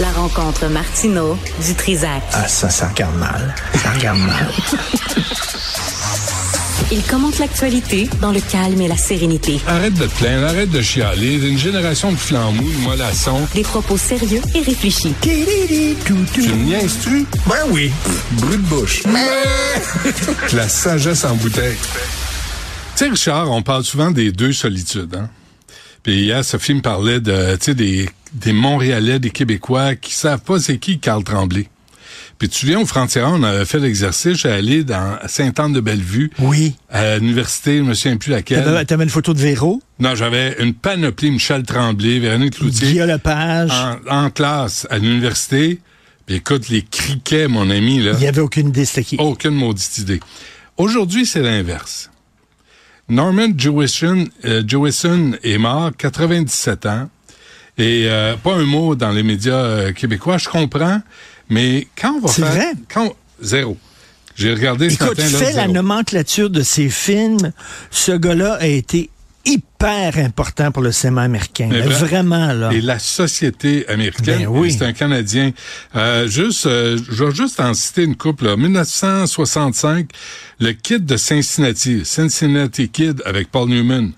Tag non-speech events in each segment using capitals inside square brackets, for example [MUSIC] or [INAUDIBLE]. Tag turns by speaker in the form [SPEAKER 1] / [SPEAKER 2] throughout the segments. [SPEAKER 1] La rencontre Martino du Trizac.
[SPEAKER 2] Ah, ça, ça regarde mal. Ça regarde mal.
[SPEAKER 1] Il commente l'actualité dans le calme et la sérénité.
[SPEAKER 3] Arrête de te plaindre, arrête de chialer. Une génération de flammes de mollassons.
[SPEAKER 1] Des propos sérieux et réfléchis.
[SPEAKER 2] Tiriri, tout, tout.
[SPEAKER 3] Tu me niaises-tu?
[SPEAKER 2] Ben oui.
[SPEAKER 3] Brut de bouche. La sagesse en bouteille. Tu sais, Richard, on parle souvent des deux solitudes, hein? Puis hier, Sophie me parlait de, tu sais, des, des Montréalais, des Québécois qui savent pas c'est qui Carl Tremblay. Puis tu viens au frontières, on avait fait l'exercice, j'ai allé dans Sainte-Anne-de-Bellevue,
[SPEAKER 2] Oui.
[SPEAKER 3] à l'université, je me souviens plus
[SPEAKER 2] T'avais
[SPEAKER 3] laquelle.
[SPEAKER 2] t'avais une photo de Véro,
[SPEAKER 3] Non, j'avais une panoplie, Michel Tremblay, Véronique Cloutier.
[SPEAKER 2] Guillaume Lepage.
[SPEAKER 3] en, en classe à l'université, puis écoute les criquets, mon ami, là,
[SPEAKER 2] Il n'y avait aucune idée c'était qui.
[SPEAKER 3] aucune maudite idée. Aujourd'hui, c'est l'inverse. Norman Jewison, euh, Jewison est mort, 97 ans, et euh, pas un mot dans les médias euh, québécois, je comprends, mais quand on va
[SPEAKER 2] C'est
[SPEAKER 3] faire...
[SPEAKER 2] vrai?
[SPEAKER 3] Quand, zéro. J'ai regardé ce
[SPEAKER 2] Écoute,
[SPEAKER 3] matin, là,
[SPEAKER 2] fais la
[SPEAKER 3] zéro.
[SPEAKER 2] nomenclature de ces films. Ce gars-là a été hyper important pour le cinéma américain.
[SPEAKER 3] Mais
[SPEAKER 2] là.
[SPEAKER 3] vra-
[SPEAKER 2] Vraiment, là.
[SPEAKER 3] Et la société américaine,
[SPEAKER 2] Ben oui.
[SPEAKER 3] c'est un Canadien. Euh, juste, euh, je vais juste en citer une couple. là. 1965, le Kid de Cincinnati, Cincinnati Kid avec Paul Newman.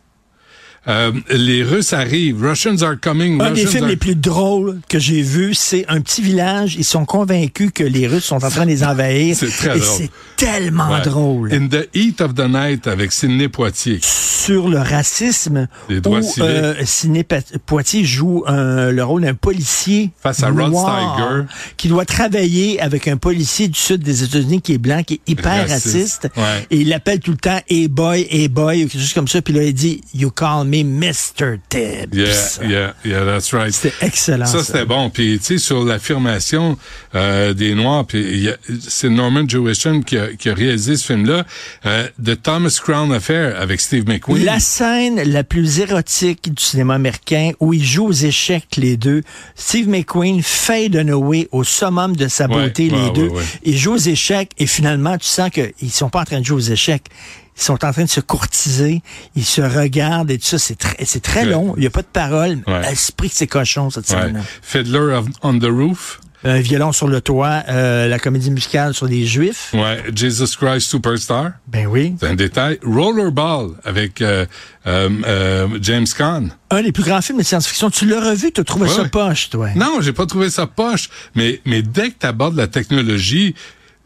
[SPEAKER 3] Euh, les Russes arrivent, Russians are coming.
[SPEAKER 2] Un des
[SPEAKER 3] Russians
[SPEAKER 2] films
[SPEAKER 3] are-
[SPEAKER 2] les plus drôles que j'ai vu, c'est un petit village. Ils sont convaincus que les Russes sont en train
[SPEAKER 3] [LAUGHS]
[SPEAKER 2] de les envahir.
[SPEAKER 3] C'est très
[SPEAKER 2] et
[SPEAKER 3] drôle.
[SPEAKER 2] c'est tellement
[SPEAKER 3] Ouais.
[SPEAKER 2] drôle.
[SPEAKER 3] In the Heat of the Night avec Sidney Poitier.
[SPEAKER 2] Sur le racisme,
[SPEAKER 3] Les droits
[SPEAKER 2] où
[SPEAKER 3] civiques.
[SPEAKER 2] euh, Sidney Pat- Poitier joue un- le rôle d'un policier
[SPEAKER 3] Face à Rod
[SPEAKER 2] noir
[SPEAKER 3] Steiger.
[SPEAKER 2] qui doit travailler avec un policier du sud des États-Unis qui est blanc, qui est hyper
[SPEAKER 3] Raciste.
[SPEAKER 2] raciste.
[SPEAKER 3] Ouais.
[SPEAKER 2] Et il l'appelle tout le temps Hey boy, hey boy, ou quelque chose comme ça. Puis là, il dit You call me Mr. Tibbs.
[SPEAKER 3] Yeah, yeah, yeah, that's right.
[SPEAKER 2] C'était excellent.
[SPEAKER 3] Ça, c'était bon. Puis, tu sais, sur l'affirmation euh, des Noirs, puis il y a- c'est Norman Jewison qui a, qui a réalisé ce film-là, euh, The Thomas Crown Affair avec Steve McQueen.
[SPEAKER 2] La scène la plus érotique du cinéma américain où ils jouent aux échecs les deux. Steve McQueen, Faye Dunaway au summum de sa
[SPEAKER 3] Ouais,
[SPEAKER 2] beauté
[SPEAKER 3] ouais,
[SPEAKER 2] les
[SPEAKER 3] ouais,
[SPEAKER 2] deux.
[SPEAKER 3] ouais.
[SPEAKER 2] Ils jouent aux échecs et finalement tu sens qu'ils sont pas en train de jouer aux échecs. Ils sont en train de se courtiser, ils se regardent et tout ça. C'est très, c'est très
[SPEAKER 3] Ouais.
[SPEAKER 2] long. Il n'y a pas de parole.
[SPEAKER 3] Ouais.
[SPEAKER 2] Esprit que c'est cochon cette
[SPEAKER 3] Ouais.
[SPEAKER 2] scène.
[SPEAKER 3] Fiddler of- on the Roof.
[SPEAKER 2] Un violon sur le toit, euh, la comédie musicale sur les juifs.
[SPEAKER 3] Ouais. Jesus Christ Superstar.
[SPEAKER 2] Ben oui.
[SPEAKER 3] C'est un détail. Rollerball avec euh, euh, euh, James Caan.
[SPEAKER 2] Un des plus grands films de science-fiction. Tu l'as revu, tu as trouvé
[SPEAKER 3] Ouais,
[SPEAKER 2] ça
[SPEAKER 3] ouais.
[SPEAKER 2] poche, toi.
[SPEAKER 3] Non, j'ai pas trouvé ça poche. Mais, mais dès que tu abordes la technologie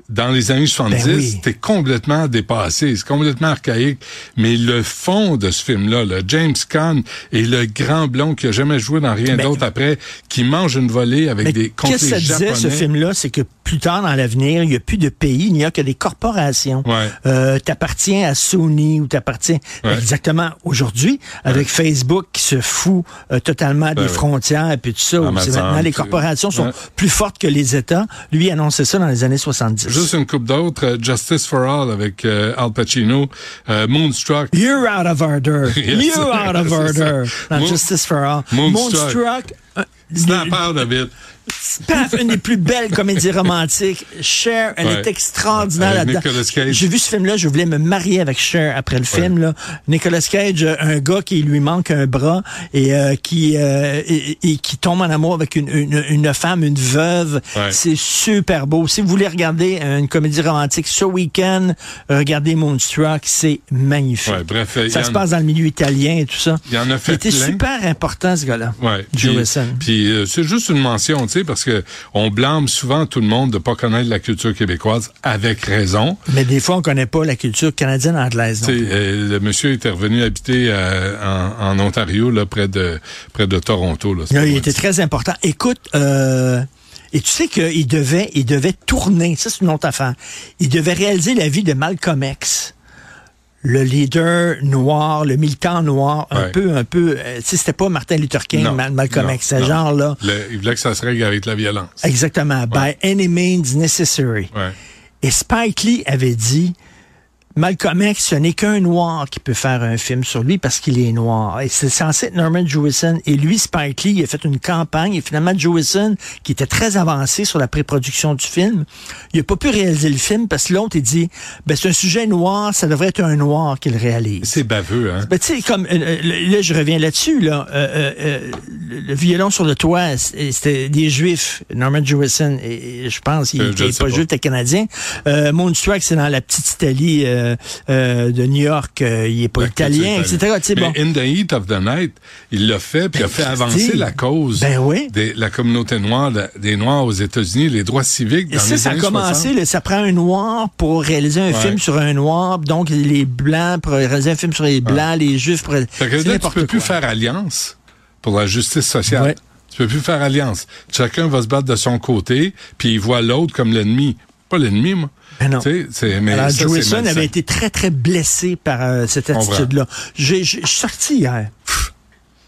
[SPEAKER 3] dans les années 70,
[SPEAKER 2] Ben oui.
[SPEAKER 3] t'es complètement dépassé, c'est complètement archaïque. Mais le fond de ce film-là, là, James Caan et le grand blond qui a jamais joué dans rien
[SPEAKER 2] Ben-
[SPEAKER 3] d'autre après, qui mange une volée avec
[SPEAKER 2] Mais
[SPEAKER 3] des contre
[SPEAKER 2] Qu'est-ce que ça
[SPEAKER 3] les
[SPEAKER 2] disait, ce
[SPEAKER 3] Japonais.
[SPEAKER 2] film-là? C'est que plus tard dans l'avenir, il n'y a plus de pays, il n'y a que des corporations.
[SPEAKER 3] Ouais.
[SPEAKER 2] Euh, t'appartiens à Sony ou t'appartiens
[SPEAKER 3] Ouais.
[SPEAKER 2] exactement aujourd'hui avec Facebook qui se fout euh, totalement des
[SPEAKER 3] ouais.
[SPEAKER 2] frontières et puis tout ça. où c'est
[SPEAKER 3] Ben Amazon,
[SPEAKER 2] maintenant les
[SPEAKER 3] puis-
[SPEAKER 2] corporations sont
[SPEAKER 3] Ouais.
[SPEAKER 2] plus fortes que les États. Lui il annonçait ça dans les années 70.
[SPEAKER 3] Juste une coupe d'autres, euh, Justice for All avec euh, Al Pacino, euh, Moonstruck.
[SPEAKER 2] You're out of order.
[SPEAKER 3] [LAUGHS] Yes.
[SPEAKER 2] You're out
[SPEAKER 3] [LAUGHS]
[SPEAKER 2] of
[SPEAKER 3] C'est
[SPEAKER 2] order.
[SPEAKER 3] ça.
[SPEAKER 2] Dans
[SPEAKER 3] Moon-
[SPEAKER 2] Justice for All.
[SPEAKER 3] Moonstruck.
[SPEAKER 2] euh,
[SPEAKER 3] Snap out of it.
[SPEAKER 2] Paf, une des plus belles comédies romantiques. Cher, elle
[SPEAKER 3] Ouais.
[SPEAKER 2] est extraordinaire
[SPEAKER 3] Avec
[SPEAKER 2] là-dedans.
[SPEAKER 3] Nicolas Cage.
[SPEAKER 2] J'ai vu ce film-là, je voulais me marier avec Cher après le film. Là. Nicolas Cage, euh, un gars qui lui manque un bras et euh, qui euh, et, et qui tombe en amour avec une, une, une femme, une veuve.
[SPEAKER 3] Ouais.
[SPEAKER 2] C'est super beau. Si vous voulez regarder euh, une comédie romantique ce week-end, regardez Moonstruck, c'est magnifique.
[SPEAKER 3] Ouais, bref, euh,
[SPEAKER 2] ça
[SPEAKER 3] Yann-
[SPEAKER 2] se passe dans le milieu italien et tout ça.
[SPEAKER 3] Il en a fait
[SPEAKER 2] était
[SPEAKER 3] plein.
[SPEAKER 2] super important ce gars-là.
[SPEAKER 3] Ouais. Puis,
[SPEAKER 2] Jewison.
[SPEAKER 3] puis, euh, c'est juste une mention, tu sais, parce que on blâme souvent tout le monde de pas connaître la culture québécoise avec raison.
[SPEAKER 2] Mais des fois, on connaît pas la culture canadienne anglaise. non
[SPEAKER 3] Tu sais, euh, le monsieur était revenu habiter euh, en, en Ontario, là, près de près de Toronto. Là, c'est
[SPEAKER 2] Là,
[SPEAKER 3] pas
[SPEAKER 2] il
[SPEAKER 3] loin
[SPEAKER 2] était
[SPEAKER 3] d'ici.
[SPEAKER 2] très important. Écoute, euh, et tu sais qu'il devait, il devait tourner, ça c'est une autre affaire. Il devait réaliser la vie de Malcolm X, le leader noir, le militant noir, un
[SPEAKER 3] Ouais.
[SPEAKER 2] peu, un peu. euh, tu sais, c'était pas Martin Luther King,
[SPEAKER 3] Non,
[SPEAKER 2] Ma- Malcolm
[SPEAKER 3] non,
[SPEAKER 2] X, ce
[SPEAKER 3] non.
[SPEAKER 2] genre là.
[SPEAKER 3] Le- il voulait que ça se règle avec la violence.
[SPEAKER 2] Exactement. By any means necessary.
[SPEAKER 3] Ouais.
[SPEAKER 2] Et Spike Lee avait dit, Malcolm X, ce n'est qu'un noir qui peut faire un film sur lui parce qu'il est noir. Et c'est censé être Norman Jewison. Et lui, Spike Lee, il a fait une campagne. Et finalement, Jewison, qui était très avancé sur la pré-production du film, il n'a pas pu réaliser le film parce que l'autre, il dit, ben, c'est un sujet noir, ça devrait être un noir qui le réalise.
[SPEAKER 3] C'est baveux, hein?
[SPEAKER 2] Ben, tu sais, comme, euh, euh, là, je reviens là-dessus, là, euh, euh, euh, le le violon sur le toit, c'est- euh, c'était des Juifs. Norman Jewison, et- et je pense, il
[SPEAKER 3] Euh, je
[SPEAKER 2] était
[SPEAKER 3] le sais
[SPEAKER 2] pas
[SPEAKER 3] pas.
[SPEAKER 2] juif, il était canadien. Euh, Moonstruck, c'est dans la petite Italie euh, euh, de New York, euh, il est pas
[SPEAKER 3] La
[SPEAKER 2] italien,
[SPEAKER 3] culture
[SPEAKER 2] etc.
[SPEAKER 3] italienne.
[SPEAKER 2] Tu sais,
[SPEAKER 3] Mais euh,
[SPEAKER 2] bon.
[SPEAKER 3] In the Heat of the Night, il l'a fait, puis il a fait avancer
[SPEAKER 2] Christy.
[SPEAKER 3] la cause
[SPEAKER 2] Ben oui.
[SPEAKER 3] de la communauté noire, la- des Noirs aux États-Unis, les droits civiques dans
[SPEAKER 2] Et ça,
[SPEAKER 3] les
[SPEAKER 2] ça a
[SPEAKER 3] années
[SPEAKER 2] commencé,
[SPEAKER 3] 60.
[SPEAKER 2] là, ça prend un noir pour réaliser un
[SPEAKER 3] Ouais.
[SPEAKER 2] film sur un noir, donc les blancs pour réaliser un film sur les blancs, les juifs pour...
[SPEAKER 3] Fait que
[SPEAKER 2] c'est
[SPEAKER 3] là, tu
[SPEAKER 2] n'importe
[SPEAKER 3] peux plus
[SPEAKER 2] quoi.
[SPEAKER 3] faire alliance pour la justice sociale.
[SPEAKER 2] Ouais.
[SPEAKER 3] Tu peux plus faire alliance. Chacun va se battre de son côté, puis il voit l'autre comme l'ennemi. Pas l'ennemi, moi.
[SPEAKER 2] Ben non.
[SPEAKER 3] Tu sais, c'est- mais
[SPEAKER 2] Alors,
[SPEAKER 3] ça, c'est
[SPEAKER 2] Jewison
[SPEAKER 3] malsain.
[SPEAKER 2] avait été très, très blessé par euh, cette
[SPEAKER 3] Comprends.
[SPEAKER 2] attitude-là. J'ai- j'ai- Je suis sorti hier.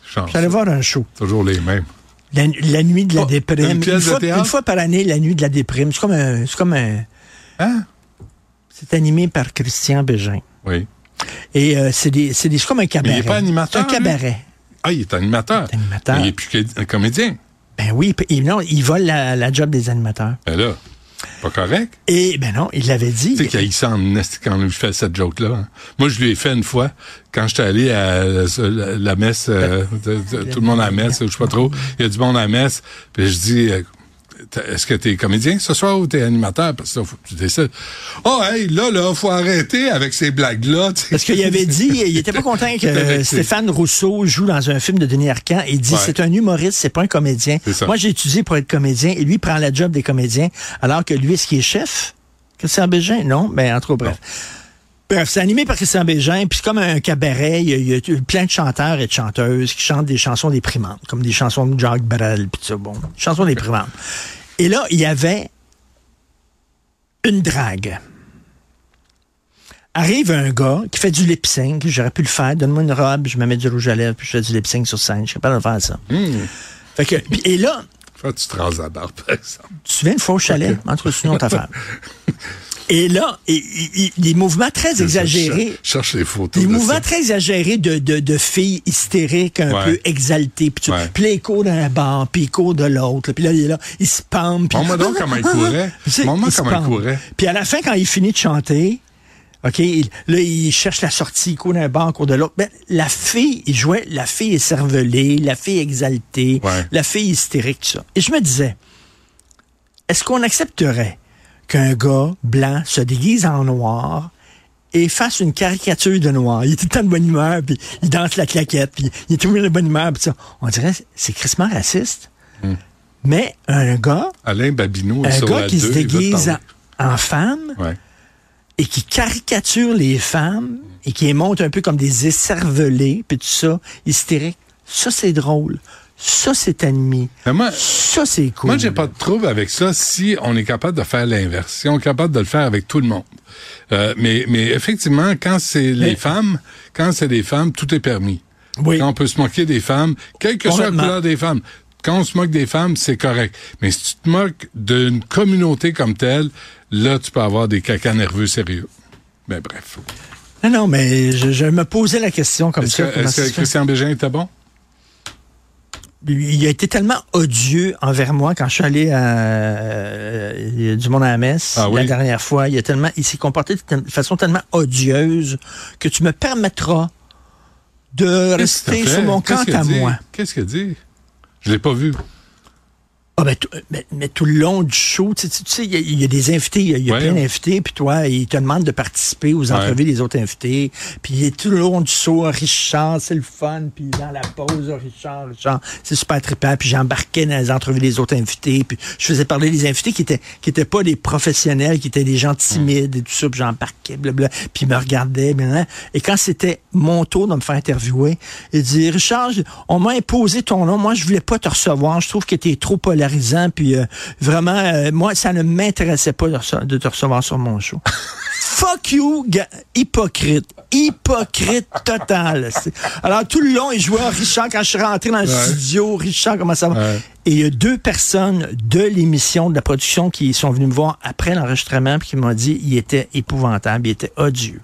[SPEAKER 3] Chance.
[SPEAKER 2] J'allais voir un show.
[SPEAKER 3] Toujours les mêmes.
[SPEAKER 2] La, la nuit de la
[SPEAKER 3] Oh,
[SPEAKER 2] déprime.
[SPEAKER 3] une pièce de
[SPEAKER 2] fois,
[SPEAKER 3] théâtre?
[SPEAKER 2] une fois par année, la nuit de la déprime. C'est comme un. C'est comme un-
[SPEAKER 3] Hein?
[SPEAKER 2] C'est animé par Christian Bégin.
[SPEAKER 3] Oui.
[SPEAKER 2] Et euh, c'est des. C'est des- c'est comme un cabaret.
[SPEAKER 3] il est pas animateur,
[SPEAKER 2] C'est un
[SPEAKER 3] lui?
[SPEAKER 2] cabaret.
[SPEAKER 3] Ah, il est animateur.
[SPEAKER 2] Il est animateur.
[SPEAKER 3] Mais il est plus qu'un comédien.
[SPEAKER 2] Ben oui, p- il, non, il vole la, la job des animateurs.
[SPEAKER 3] Ben là, pas correct.
[SPEAKER 2] Et ben non, il l'avait dit.
[SPEAKER 3] Tu sais qu'il s'en quand lui fait cette joke-là. hein. Moi, je lui ai fait une fois, quand j'étais allé à la, la- la messe, euh, de- de- tout le monde à la messe, ou je sais pas trop, il y a du monde à la messe, puis je dis, euh, T'as- est-ce que t'es comédien ce soir ou t'es animateur? Parce que là, faut que tu décides. Oh, hey, là, là, faut arrêter avec ces blagues-là. tu sais.
[SPEAKER 2] Parce qu'il
[SPEAKER 3] [LAUGHS]
[SPEAKER 2] avait dit, il était pas content que
[SPEAKER 3] avait
[SPEAKER 2] euh,
[SPEAKER 3] dit.
[SPEAKER 2] Stéphane Rousseau joue dans un film de Denis Arcand et dit
[SPEAKER 3] Ouais.
[SPEAKER 2] c'est un humoriste, c'est pas un comédien.
[SPEAKER 3] C'est ça.
[SPEAKER 2] Moi j'ai étudié pour être comédien et lui prend la job des comédiens alors que lui est-ce qu'il est chef Christian Bégin Non, ben, mais entre autres bref. Bref, c'est animé par Christian Bégin, puis c'est comme un cabaret, il y, a, il y a plein de chanteurs et de chanteuses qui chantent des chansons déprimantes, comme des chansons de Jacques Brel, puis tout ça, bon, chansons déprimantes. Et là, il y avait une drague. Arrive un gars qui fait du lip sync. J'aurais pu le faire. Donne-moi une robe, je me mets du rouge à lèvres, puis je fais du lip sync sur scène. Je suis capable de faire ça.
[SPEAKER 3] Hum,
[SPEAKER 2] Fait que, puis- et là,
[SPEAKER 3] faut que tu te rases la barbe, par exemple.
[SPEAKER 2] tu te souviens une fois au chalet, entre une
[SPEAKER 3] [LAUGHS]
[SPEAKER 2] autre affaire. Et là, et- et- et- des mouvements très
[SPEAKER 3] Je
[SPEAKER 2] exagérés.
[SPEAKER 3] cherche- cherche les photos.
[SPEAKER 2] Des
[SPEAKER 3] de
[SPEAKER 2] mouvements
[SPEAKER 3] ça.
[SPEAKER 2] très exagérés de, de, de filles hystériques, un
[SPEAKER 3] Ouais.
[SPEAKER 2] peu exaltées. Puis tu-
[SPEAKER 3] Ouais.
[SPEAKER 2] puis là, ils courent d'un bord, puis ils courent de l'autre. là, Puis là, il est là, il se pampe. puis-
[SPEAKER 3] Montre-moi donc comment
[SPEAKER 2] [LAUGHS]
[SPEAKER 3] il courait.
[SPEAKER 2] Tu sais,
[SPEAKER 3] Montre-moi
[SPEAKER 2] il se
[SPEAKER 3] comment il
[SPEAKER 2] pampe.
[SPEAKER 3] courait.
[SPEAKER 2] Puis à la fin, quand il finit de chanter, OK, il- là, il cherche la sortie, il court d'un banc, court de l'autre. Ben, la fille, il jouait, la fille est cervelée, la fille exaltée,
[SPEAKER 3] Ouais.
[SPEAKER 2] la fille hystérique, tout ça. Et je me disais, est-ce qu'on accepterait qu'un gars blanc se déguise en noir et fasse une caricature de noir. Il est tout le temps de bonne humeur, puis il danse la claquette, puis il est toujours de bonne humeur, puis ça. On dirait, c'est crissement raciste. Mais un gars
[SPEAKER 3] Alain Babineau,
[SPEAKER 2] un
[SPEAKER 3] Hmm. sur
[SPEAKER 2] gars
[SPEAKER 3] la
[SPEAKER 2] qui se
[SPEAKER 3] 2, il veut te
[SPEAKER 2] déguise
[SPEAKER 3] parler.
[SPEAKER 2] en, en femme
[SPEAKER 3] Ouais.
[SPEAKER 2] et qui caricature les femmes et qui les montre un peu comme des écervelés, puis tout ça, hystériques. Ça, c'est drôle. Ça, c'est ennemi.
[SPEAKER 3] Mais moi,
[SPEAKER 2] Ça, c'est cool.
[SPEAKER 3] Moi, j'ai pas de trouble avec ça si on est capable de faire l'inverse, si on est capable de le faire avec tout le monde. Euh, mais, mais effectivement, quand c'est les
[SPEAKER 2] Mais-
[SPEAKER 3] femmes, quand c'est des femmes, tout est permis.
[SPEAKER 2] Oui.
[SPEAKER 3] Quand on peut se moquer des femmes, quelle que soit la
[SPEAKER 2] Complètement.
[SPEAKER 3] couleur des femmes. Quand on se moque des femmes, c'est correct. Mais si tu te moques d'une communauté comme telle, là, tu peux avoir des cacas nerveux sérieux. Ben bref.
[SPEAKER 2] Non, non, mais je, je me posais la question comme
[SPEAKER 3] Est-ce
[SPEAKER 2] ça.
[SPEAKER 3] que,
[SPEAKER 2] comment
[SPEAKER 3] est-ce
[SPEAKER 2] ça
[SPEAKER 3] que
[SPEAKER 2] se fait?
[SPEAKER 3] Christian Bégin était bon?
[SPEAKER 2] Il a été tellement odieux envers moi quand je suis allé à, euh, du monde à la messe
[SPEAKER 3] Ah oui?
[SPEAKER 2] la dernière fois. Il a tellement, il s'est comporté de tel- façon tellement odieuse que tu me permettras de
[SPEAKER 3] Qu'est-ce qu'il
[SPEAKER 2] rester
[SPEAKER 3] t'a fait?
[SPEAKER 2] sur mon
[SPEAKER 3] Qu'est-ce
[SPEAKER 2] camp
[SPEAKER 3] qu'il a
[SPEAKER 2] à
[SPEAKER 3] dit?
[SPEAKER 2] moi.
[SPEAKER 3] Qu'est-ce qu'il a dit? Je l'ai pas vu.
[SPEAKER 2] Ah ben, tout- mais, mais tout le long du show, tu sais, tu sais, il y, a- il y a des invités, il y a, il y a
[SPEAKER 3] Ouais.
[SPEAKER 2] plein d'invités, puis toi, il te demande de participer aux entrevues des autres invités, puis il est tout le long du show, ah, Richard, c'est le fun, puis dans la pause, ah, Richard, Richard, c'est super trippant, puis j'embarquais dans les entrevues des autres invités, puis je faisais parler des invités qui étaient qui étaient pas des professionnels, qui étaient des gens timides et tout ça, puis j'embarquais, blablabla, puis il me regardait, blablabla. et quand c'était mon tour de me faire interviewer, il dit, Richard, je- on m'a imposé ton nom, moi je voulais pas te recevoir, je trouve que tu es trop polarisant, puis euh, vraiment, euh, moi, ça ne m'intéressait pas de, rece- de te recevoir sur mon show. Fuck you, ga- hypocrite. Hypocrite total. C'est- Alors, tout le long, il jouait à Richard quand je suis rentré dans le
[SPEAKER 3] Ouais.
[SPEAKER 2] studio. Richard, comment ça va?
[SPEAKER 3] Ouais.
[SPEAKER 2] Et il y a deux personnes de l'émission, de la production, qui sont venues me voir après l'enregistrement puis qui m'ont dit il était épouvantable, il était odieux.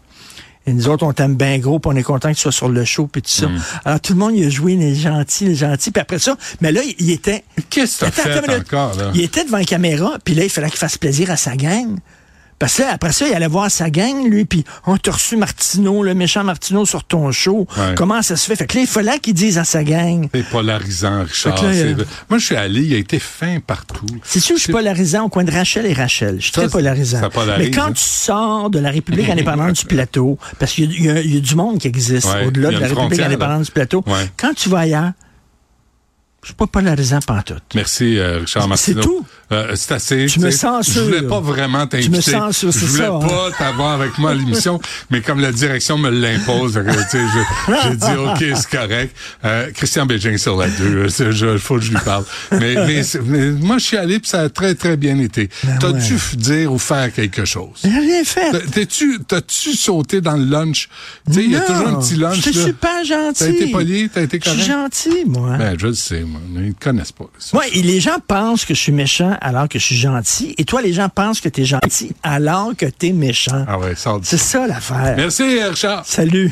[SPEAKER 2] Et nous autres, on t'aime bien gros, puis on est content que tu sois sur le show, puis tout ça.
[SPEAKER 3] Mm.
[SPEAKER 2] Alors, tout le monde, il a joué les gentils, les gentils, puis après ça, mais là, il était...
[SPEAKER 3] Qu'est-ce que t'as
[SPEAKER 2] Attends,
[SPEAKER 3] fait
[SPEAKER 2] attends une minute.
[SPEAKER 3] encore, là?
[SPEAKER 2] Il était devant la caméra, puis là, il fallait qu'il fasse plaisir à sa gang. Parce que là, après ça, il allait voir sa gang, lui, puis on t'a reçu Martineau, le méchant Martineau sur ton show.
[SPEAKER 3] Ouais.
[SPEAKER 2] Comment ça se fait? Fait que là, il fallait qu'il dise à sa gang.
[SPEAKER 3] C'est polarisant, Richard.
[SPEAKER 2] Fait que là,
[SPEAKER 3] C'est-
[SPEAKER 2] euh,
[SPEAKER 3] Moi, je suis allé, il a été fin partout.
[SPEAKER 2] C'est sûr que je suis polarisant au coin de Rachel et Rachel. Je suis
[SPEAKER 3] Ça,
[SPEAKER 2] très polarisant.
[SPEAKER 3] ça polarise,
[SPEAKER 2] Mais quand
[SPEAKER 3] hein.
[SPEAKER 2] tu sors de la République indépendante du plateau, parce qu'il y, a- il y a- il y a du monde qui existe
[SPEAKER 3] Ouais,
[SPEAKER 2] au-delà
[SPEAKER 3] il y
[SPEAKER 2] de
[SPEAKER 3] a
[SPEAKER 2] la
[SPEAKER 3] une
[SPEAKER 2] République
[SPEAKER 3] frontière, là.
[SPEAKER 2] indépendante du plateau,
[SPEAKER 3] Ouais.
[SPEAKER 2] quand tu vas ailleurs, je suis pas polarisant pantoute.
[SPEAKER 3] Merci, euh, Richard
[SPEAKER 2] C'est
[SPEAKER 3] Martineau.
[SPEAKER 2] tout.
[SPEAKER 3] Euh, c'est assez.
[SPEAKER 2] Tu me
[SPEAKER 3] sais,
[SPEAKER 2] censures.
[SPEAKER 3] Je voulais pas vraiment t'inviter.
[SPEAKER 2] Tu me censures, c'est
[SPEAKER 3] Je voulais
[SPEAKER 2] ça, hein.
[SPEAKER 3] pas t'avoir avec moi à
[SPEAKER 2] [LAUGHS]
[SPEAKER 3] l'émission, mais comme la direction me l'impose, fait que, tu sais, je- j'ai dit,
[SPEAKER 2] [LAUGHS]
[SPEAKER 3] OK, c'est correct. Euh, Christian Bégin sur la 2, il faut que je lui parle.
[SPEAKER 2] [LAUGHS]
[SPEAKER 3] Mais, mais c'est- mais moi, je suis allé, puis ça a très, très bien été. T'as
[SPEAKER 2] Ben ouais.
[SPEAKER 3] dû f- dire ou faire quelque chose.
[SPEAKER 2] J'ai rien fait.
[SPEAKER 3] T'as- T'as-tu, t'as-tu sauté dans le lunch? Tu sais, il y a
[SPEAKER 2] Non,
[SPEAKER 3] toujours un petit lunch.
[SPEAKER 2] Je
[SPEAKER 3] là.
[SPEAKER 2] suis super gentil.
[SPEAKER 3] T'as été poli, t'as été
[SPEAKER 2] Je suis
[SPEAKER 3] correct.
[SPEAKER 2] gentil, moi. hein?
[SPEAKER 3] Ben, je le sais, moi. Ils te connaissent pas. ça.
[SPEAKER 2] Ouais, et les gens pensent que je suis méchant alors que je suis gentil. Et toi, les gens pensent que t'es gentil alors que t'es méchant.
[SPEAKER 3] Ah ouais, sors d'ici.
[SPEAKER 2] C'est ça l'affaire.
[SPEAKER 3] Merci, Richard.
[SPEAKER 2] Salut.